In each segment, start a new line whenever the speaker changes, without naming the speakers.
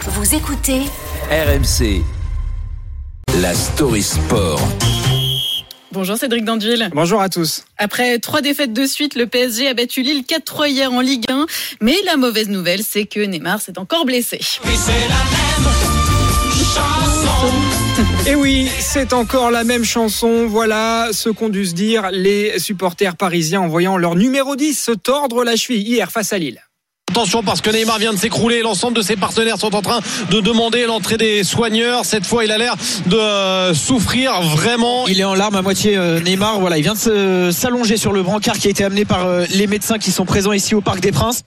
Vous écoutez
RMC. La story sport.
Bonjour Cédric Danduil.
Bonjour à tous.
Après trois défaites de suite, le PSG a battu Lille 4-3 hier en Ligue 1. Mais la mauvaise nouvelle, c'est que Neymar s'est encore blessé.
Et oui, c'est encore la même chanson. Voilà ce qu'ont dû se dire les supporters parisiens en voyant leur numéro 10 se tordre la cheville hier face à Lille.
Attention parce que Neymar vient de s'écrouler. L'ensemble de ses partenaires sont en train de demander l'entrée des soigneurs. Cette fois, il a l'air de euh, souffrir vraiment.
Il est en larmes à moitié euh, Neymar. Voilà, il vient de se- s'allonger sur le brancard qui a été amené par euh, les médecins qui sont présents ici au Parc des Princes.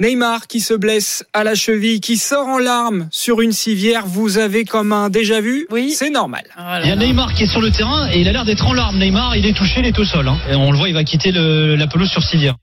Neymar qui se blesse à la cheville, qui sort en larmes sur une civière, vous avez comme un déjà vu
Oui.
C'est normal.
Oh là
Il y a
là.
Neymar qui est sur le terrain et il a l'air d'être en larmes. Neymar, il est touché, il est au sol. hein. Et on le voit, il va quitter le- la pelouse sur Civière.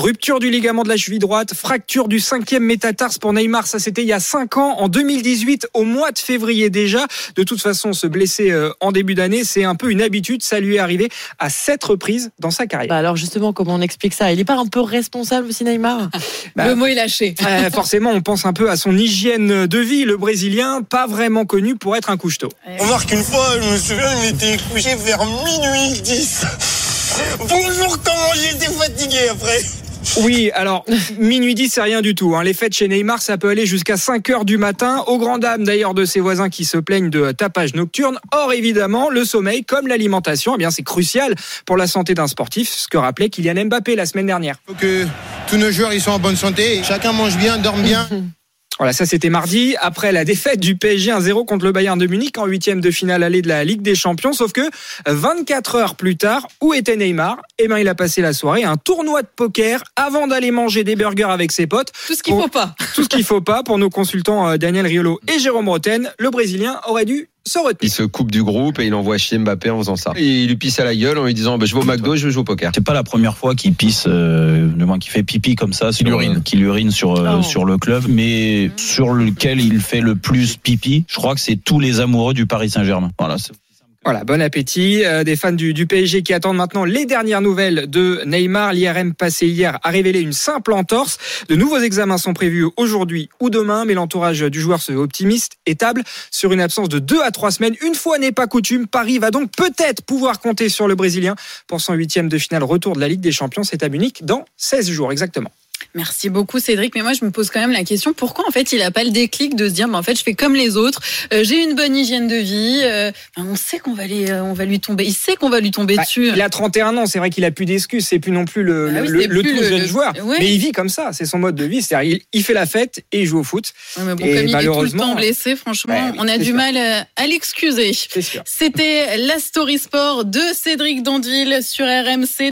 Rupture du ligament de la cheville droite, fracture du cinquième métatarse pour Neymar, ça c'était il y a cinq ans, en 2018, au mois de février déjà. De toute façon, se blesser euh, en début d'année, c'est un peu une habitude. Ça lui est arrivé à sept reprises dans sa carrière.
Bah alors justement, comment on explique ça Il est pas un peu responsable aussi Neymar
Bah,
le mot est lâché.
Euh, forcément, on pense un peu à son hygiène de vie. Le Brésilien, pas vraiment connu pour être un couche-tôt.
Remarque une fois, je me souviens, il m'était couché vers minuit 10. Bonjour, comment j'étais fatigué après.
Oui, alors, minuit 10, c'est rien du tout. hein. Les fêtes chez Neymar, ça peut aller jusqu'à 5 heures du matin, aux grandes dames d'ailleurs de ses voisins qui se plaignent de tapage nocturne. Or, évidemment, le sommeil, comme l'alimentation, eh bien, c'est crucial pour la santé d'un sportif, ce que rappelait Kylian Mbappé la semaine dernière.
Faut que tous nos joueurs ils sont en bonne santé, chacun mange bien, dorme bien.
Voilà, ça c'était mardi, après la défaite du PSG 1-0 contre le Bayern de Munich en huitième de finale allée de la Ligue des Champions. Sauf que 24 heures plus tard, où était Neymar Eh ben, il a passé la soirée à un tournoi de poker avant d'aller manger des burgers avec ses potes.
Tout ce qu'il faut pas.
Tout ce qu'il faut pas pour nos consultants euh, Daniel Riolo et Jérôme Roten, le Brésilien aurait dû se retenir.
Il se coupe du groupe et il envoie chier Mbappé en faisant ça. Et il lui pisse à la gueule en lui disant bah, Je vais au McDo, je vais jouer au poker.
C'est pas la première fois qu'il pisse, euh, du moins qu'il fait pipi comme ça, sur,
urine.
euh, qu'il urine sur, euh,
Oh.
sur le club, mais sur lequel il fait le plus pipi, je crois que c'est tous les amoureux du Paris Saint-Germain. Voilà, c'est-
Voilà, bon appétit. Euh, des fans du, du PSG qui attendent maintenant les dernières nouvelles de Neymar. L'IRM passé hier a révélé une simple entorse. De nouveaux examens sont prévus aujourd'hui ou demain, mais l'entourage du joueur se veut optimiste et table sur une absence de 2 à 3 semaines. Une fois n'est pas coutume, Paris va donc peut-être pouvoir compter sur le Brésilien pour son huitième de finale retour de la Ligue des Champions. C'est à Munich dans 16 jours exactement.
Merci beaucoup Cédric. Mais moi, je me pose quand même la question pourquoi en fait il n'a pas le déclic de se dire, bah, en fait, je fais comme les autres. euh, J'ai une bonne hygiène de vie. euh, bah, on sait qu'on va aller, euh, on va lui tomber. Il sait qu'on va lui tomber
Bah,
dessus.
Il a 31 ans, c'est vrai qu'il a plus d'excuses, c'est plus non plus le,
Ah oui,
le,
c'est
le
plus
tout
le-
jeune
le-
joueur.
ouais.
Mais il vit comme ça, c'est son mode de vie. C'est-à-dire, il, il fait la fête et il joue au foot.
Ouais, mais bon, comme il est
Et
tout le
malheureusement-
temps blessé, franchement,
Ouais, oui,
on a
c'est
du
sûr.
mal euh, à l'excuser.
C'est sûr.
C'était la story sport de Cédric Dandil sur RMC.